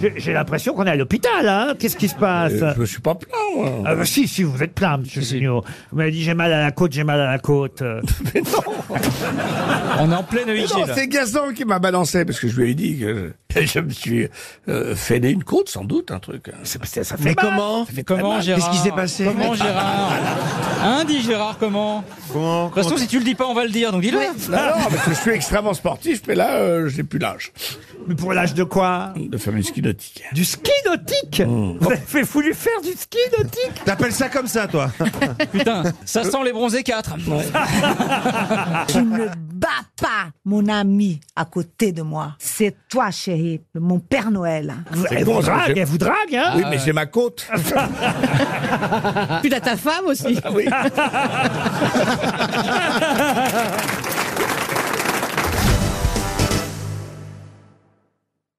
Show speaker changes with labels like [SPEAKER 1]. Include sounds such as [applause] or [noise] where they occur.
[SPEAKER 1] J'ai- J'ai l'impression qu'on est à l'hôpital, hein Qu'est-ce qui se passe
[SPEAKER 2] Euh, Je ne suis pas plein, moi.
[SPEAKER 1] Ah bah si, si, vous êtes plein, monsieur Junio. Vous m'avez dit j'ai mal à la côte, j'ai mal à la côte.
[SPEAKER 2] [laughs]
[SPEAKER 1] Euh,
[SPEAKER 3] On est en pleine
[SPEAKER 2] Mais
[SPEAKER 3] EIG.
[SPEAKER 2] non,
[SPEAKER 3] là.
[SPEAKER 2] c'est Gazan qui m'a balancé parce que je lui ai dit que [laughs] je, je me suis euh, fêlé une côte, sans doute, un truc.
[SPEAKER 1] c'est- ça, ça fait
[SPEAKER 4] Mais
[SPEAKER 1] mal.
[SPEAKER 4] comment
[SPEAKER 3] Comment Gérard
[SPEAKER 4] Qu'est-ce qui s'est passé Ah,
[SPEAKER 3] Comment Gérard Hein, dis Gérard, comment
[SPEAKER 4] Comment
[SPEAKER 3] De toute façon, si tu le dis pas, on va le dire, donc dis-le.
[SPEAKER 2] Non, non, parce que je suis extrêmement sportif, mais là, euh, j'ai plus l'âge
[SPEAKER 1] Mais pour l'âge de quoi
[SPEAKER 2] de faire du ski nautique.
[SPEAKER 1] Du ski nautique
[SPEAKER 2] Hmm.
[SPEAKER 1] Vous avez fait- voulu faire du ski nautique
[SPEAKER 4] T'appelles ça comme ça, toi
[SPEAKER 3] Putain, ça
[SPEAKER 4] Euh.
[SPEAKER 3] sent les bronzés 4.
[SPEAKER 5] Tu ne bats pas mon ami à côté de moi. C'est toi, chérie, mon Père Noël.
[SPEAKER 1] Vous- Elle
[SPEAKER 2] con,
[SPEAKER 1] vous
[SPEAKER 2] ça,
[SPEAKER 1] drague,
[SPEAKER 2] j'ai-
[SPEAKER 1] elle vous drague, hein
[SPEAKER 2] oui, mais j'ai ma côte.
[SPEAKER 6] Puis t'as ta femme aussi.
[SPEAKER 2] Ah oui.